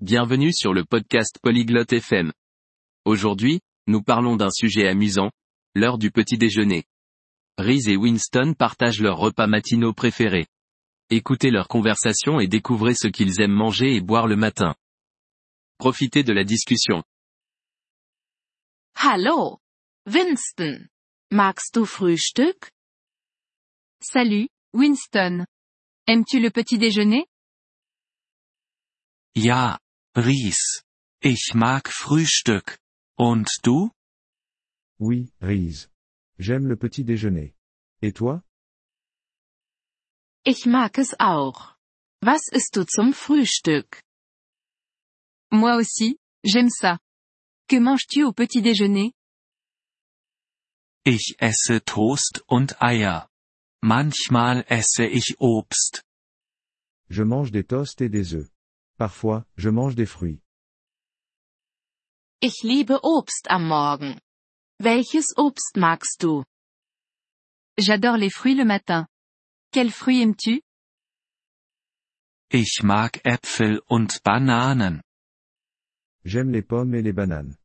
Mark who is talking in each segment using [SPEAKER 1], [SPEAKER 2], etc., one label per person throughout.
[SPEAKER 1] Bienvenue sur le podcast Polyglotte FM. Aujourd'hui, nous parlons d'un sujet amusant, l'heure du petit déjeuner. Reese et Winston partagent leurs repas matinaux préférés. Écoutez leur conversation et découvrez ce qu'ils aiment manger et boire le matin. Profitez de la discussion.
[SPEAKER 2] Hallo. Winston. Magst du Frühstück?
[SPEAKER 3] Salut, Winston. Aimes-tu le petit déjeuner
[SPEAKER 4] Ja, Ries. Ich mag Frühstück. Und du?
[SPEAKER 5] Oui, Ries. J'aime le petit déjeuner. Et toi?
[SPEAKER 2] Ich mag es auch. Was isst du zum Frühstück?
[SPEAKER 3] Moi aussi, j'aime ça. Que manges-tu au petit déjeuner
[SPEAKER 4] Ich esse Toast und Eier. Manchmal esse ich Obst.
[SPEAKER 5] Je mange des toasts et des œufs. Parfois, je mange des fruits.
[SPEAKER 2] Ich liebe Obst am Morgen. Welches Obst magst du?
[SPEAKER 3] J'adore les fruits le matin. Quels fruits aimes-tu
[SPEAKER 4] Ich mag Äpfel und Bananen.
[SPEAKER 5] J'aime les pommes et les bananes.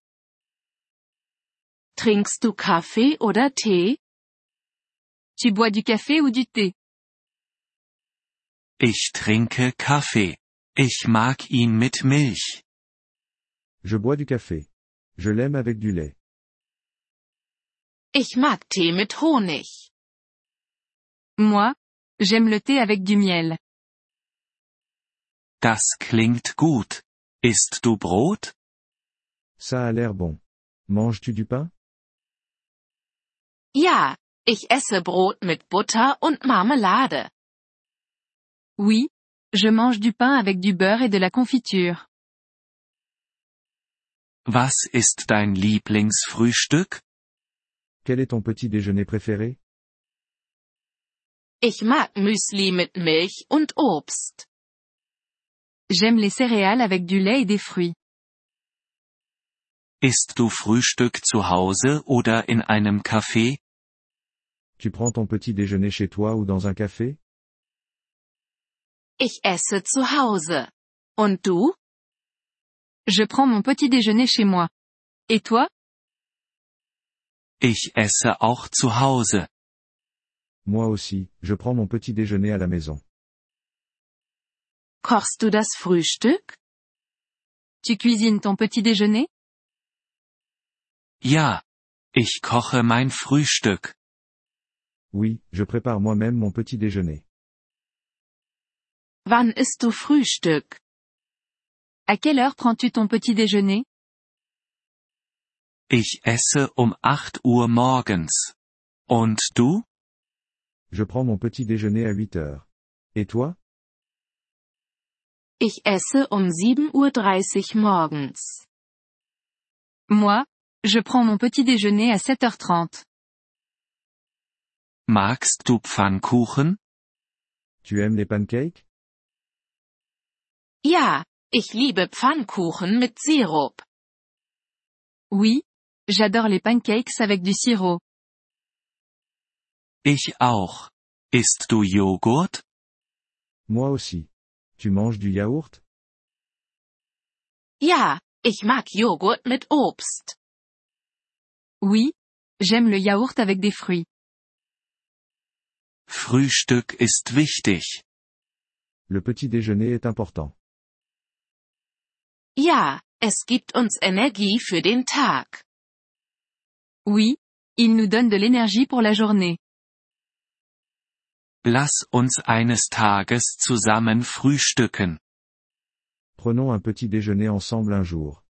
[SPEAKER 2] Trinkst du Kaffee oder Tee?
[SPEAKER 3] Tu bois du café ou du thé
[SPEAKER 4] Ich trinke Kaffee. Ich mag ihn mit Milch.
[SPEAKER 5] Je bois du café. Je l'aime avec du lait.
[SPEAKER 2] Ich mag Tee mit Honig.
[SPEAKER 3] Moi, j'aime le thé avec du miel.
[SPEAKER 4] Das klingt gut. Isst du Brot?
[SPEAKER 5] Ça a l'air bon. Manges-tu du pain?
[SPEAKER 2] Ja, ich esse Brot mit Butter und Marmelade.
[SPEAKER 3] Oui, je mange du pain avec du beurre et de la confiture.
[SPEAKER 4] Was ist dein Lieblingsfrühstück?
[SPEAKER 5] Quel est ton petit déjeuner préféré?
[SPEAKER 2] Ich mag Müsli mit Milch und Obst.
[SPEAKER 3] J'aime les céréales avec du lait et des fruits.
[SPEAKER 4] Isst du Frühstück zu Hause oder in einem Café?
[SPEAKER 5] Tu prends ton petit déjeuner chez toi ou dans un café?
[SPEAKER 2] Ich esse zu Hause. Und du?
[SPEAKER 3] Je prends mon petit déjeuner chez moi. Et toi
[SPEAKER 4] Ich esse auch zu Hause.
[SPEAKER 5] Moi aussi, je prends mon petit déjeuner à la maison.
[SPEAKER 2] Kochst du das Frühstück?
[SPEAKER 3] Tu cuisines ton petit déjeuner
[SPEAKER 4] Ja. Ich koche mein Frühstück.
[SPEAKER 5] Oui, je prépare moi-même mon petit déjeuner.
[SPEAKER 2] Wann isst du Frühstück?
[SPEAKER 3] À quelle heure prends-tu ton petit déjeuner
[SPEAKER 4] Ich esse um 8 Uhr morgens. Und du?
[SPEAKER 5] Je prends mon petit déjeuner à 8 heures. Et toi?
[SPEAKER 2] Ich esse um 7.30 Uhr morgens.
[SPEAKER 3] Moi, je prends mon petit déjeuner à 7h30.
[SPEAKER 4] Magst du Pfannkuchen?
[SPEAKER 5] Tu aimes les pancakes?
[SPEAKER 2] Ja, ich liebe Pfannkuchen mit Sirup.
[SPEAKER 3] Oui, j'adore les pancakes avec du sirop.
[SPEAKER 4] Ich auch. Isst du Joghurt?
[SPEAKER 5] Moi aussi. Tu manges du yaourt?
[SPEAKER 2] Ja, ich mag Joghurt mit Obst.
[SPEAKER 3] Oui, j'aime le yaourt avec des fruits.
[SPEAKER 4] Frühstück ist wichtig.
[SPEAKER 5] Le petit déjeuner est important.
[SPEAKER 2] Ja, es gibt uns Energie für den Tag.
[SPEAKER 3] Oui, il nous donne de l'énergie pour la journée.
[SPEAKER 4] Lass uns eines Tages zusammen frühstücken.
[SPEAKER 5] Prenons un petit déjeuner ensemble un jour.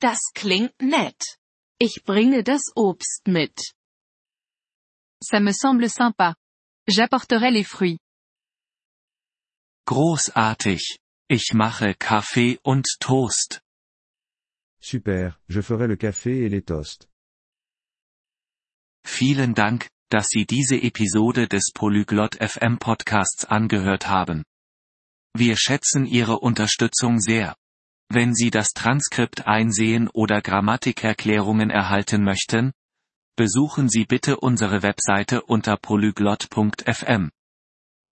[SPEAKER 2] Das klingt nett. Ich bringe das Obst mit.
[SPEAKER 3] Ça me semble sympa. J'apporterai les fruits.
[SPEAKER 4] Großartig. Ich mache Kaffee und Toast.
[SPEAKER 5] Super, je ferai le café et les toasts.
[SPEAKER 4] Vielen Dank, dass Sie diese Episode des Polyglot FM Podcasts angehört haben. Wir schätzen Ihre Unterstützung sehr. Wenn Sie das Transkript einsehen oder Grammatikerklärungen erhalten möchten, besuchen Sie bitte unsere Webseite unter polyglot.fm.